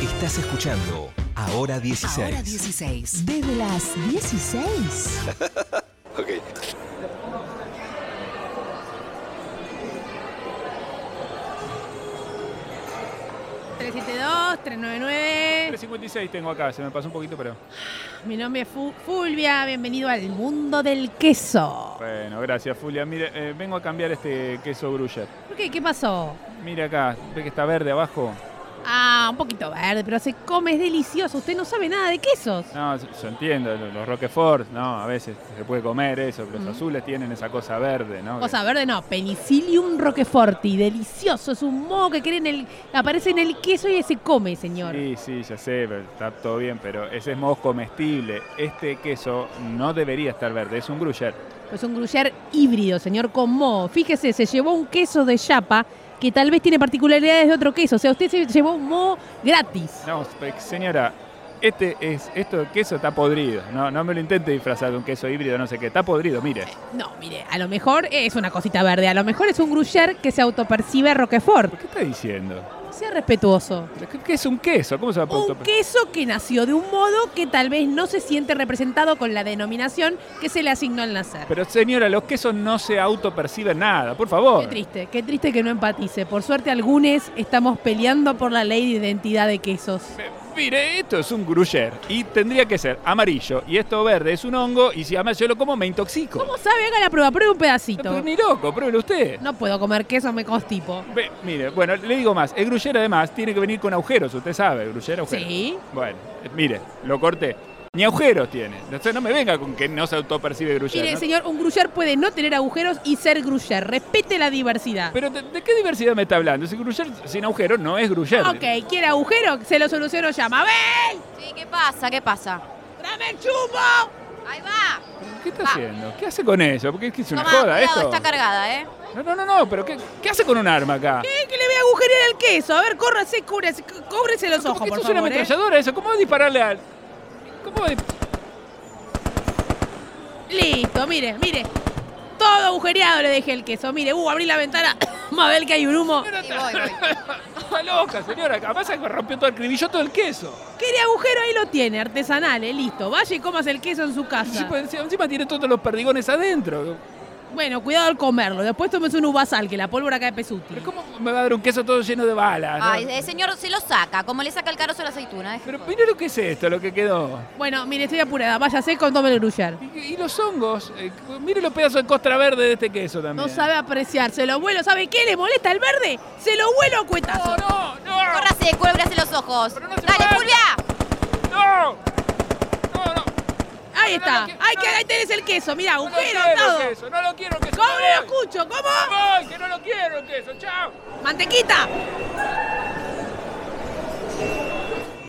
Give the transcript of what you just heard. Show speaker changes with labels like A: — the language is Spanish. A: Estás escuchando Ahora 16.
B: Ahora 16. Desde las 16.
C: Ok.
D: ¿372-399?
E: 356 tengo acá, se me pasó un poquito, pero.
D: Mi nombre es Fu- Fulvia, bienvenido al mundo del queso.
E: Bueno, gracias, Fulia. Mire, eh, vengo a cambiar este queso Gruyère.
D: ¿Por qué? ¿Qué pasó?
E: Mire acá, ve que está verde abajo.
D: Ah, un poquito verde, pero se come, es delicioso. Usted no sabe nada de quesos.
E: No, se- yo entiendo, lo- los Roquefort, no, a veces se puede comer eso, pero los azules tienen esa cosa verde, ¿no?
D: Cosa verde, no, Penicillium roqueforti, delicioso, es un moho que cree en el, aparece en el queso y se come, señor.
E: Sí, sí, ya sé, pero está todo bien, pero ese es moho comestible. Este queso no debería estar verde, es un Gruyère.
D: Es un gruyère híbrido, señor, con moho. Fíjese, se llevó un queso de chapa que tal vez tiene particularidades de otro queso. O sea, usted se llevó un moho gratis.
E: No, pe- señora, este es, esto de queso está podrido. No, no me lo intente disfrazar de un queso híbrido, no sé qué, está podrido, mire.
D: No, mire, a lo mejor es una cosita verde, a lo mejor es un gruyère que se autopercibe Roquefort.
E: ¿Qué está diciendo?
D: Sea respetuoso.
E: ¿Qué- ¿Qué es un queso? ¿Cómo se va a
D: Un
E: auto-
D: queso que nació de un modo que tal vez no se siente representado con la denominación que se le asignó al nacer.
E: Pero señora, los quesos no se autoperciben nada, por favor.
D: Qué triste, qué triste que no empatice. Por suerte, algunos estamos peleando por la ley de identidad de quesos.
E: Eh, Mire, esto es un gruyère y tendría que ser amarillo y esto verde es un hongo y si además yo lo como me intoxico.
D: ¿Cómo sabe? Haga la prueba, pruebe un
E: No,
D: pedacito.
E: pero ni loco, pruébelo usted.
D: No puedo comer queso, me constipo.
E: Ve, mire, bueno, le digo más, el gruyère además tiene que venir con agujeros, usted sabe, gruyère agujeros.
D: Sí.
E: Bueno, eh, mire, lo corté. Ni agujeros tiene. Entonces no me venga con que no se autopercibe gruyère.
D: Mire,
E: ¿no?
D: señor, un gruyère puede no tener agujeros y ser gruyère. Respete la diversidad.
E: Pero ¿de, de qué diversidad me está hablando? Si gruyère sin agujeros no es gruyère.
D: Ah, Ok, ¿quiere agujero? Se lo soluciono ya. ¡Mabel!
F: Sí, ¿qué pasa? ¿Qué pasa?
D: ¡Dame el chumbo!
F: Ahí va.
E: ¿Qué está
F: Ah.
E: haciendo? ¿Qué hace con eso? Porque es que es una
F: Tomá,
E: joda
F: cuidado,
E: esto.
F: está cargada, ¿eh?
E: No, no, no, no, pero ¿qué, qué hace con un arma acá?
D: Eh, que le voy a agujerear el queso. A ver, córrase, cúbrese, cóbrese los
E: ¿Cómo
D: ojos,
E: que
D: por
E: esto es una
D: favor. ¿eh?
E: ametralladora eso? ¿Cómo va a dispararle al...? ¿Cómo va a... dip-
D: Listo, mire, mire. Todo agujereado le dejé el queso. Mire, uh, abrí la ventana. Mabel, que hay un humo.
F: Sí, voy, voy.
E: Está loca, señora. Además que me rompió todo el cribillo, todo el queso.
D: Quiere agujero, ahí lo tiene, artesanal, eh, listo. Vaya y comas el queso en su casa.
E: pues, Encima, encima tiene todos los perdigones adentro.
D: Bueno, cuidado al comerlo. Después tomes un uvasal, que la pólvora cae pesuti.
E: Pero ¿cómo me va a dar un queso todo lleno de balas? Ah, no?
F: Ay, el señor se lo saca, como le saca el carozo a la aceituna. deje
E: Pero
F: joder.
E: mira lo que es esto, lo que quedó.
D: Bueno, mire, estoy apurada. Váyase con tome el gruyère.
E: Y, y los hongos. Eh, mire los pedazos de costra verde de este queso también.
D: No sabe apreciar, se lo vuelo. ¿Sabe qué le molesta el verde? Se lo vuelo a cuetazo.
E: No, no, no.
F: Córrase, cuébrase los ojos.
E: Pero no se
F: Dale,
E: mueve.
F: Julia.
E: No. No, no.
D: Ahí
E: no, no,
D: está.
E: no, no,
D: Ahí, que,
E: no.
D: ahí tenés el queso. Mirá,
E: No lo
D: agujero,
E: quiero
D: todo.
E: queso, no lo quiero queso.
D: ¿Cómo lo
E: me voy.
D: escucho? ¿Cómo?
E: Me voy, que no lo quiero queso, chao.
D: ¡Mantequita!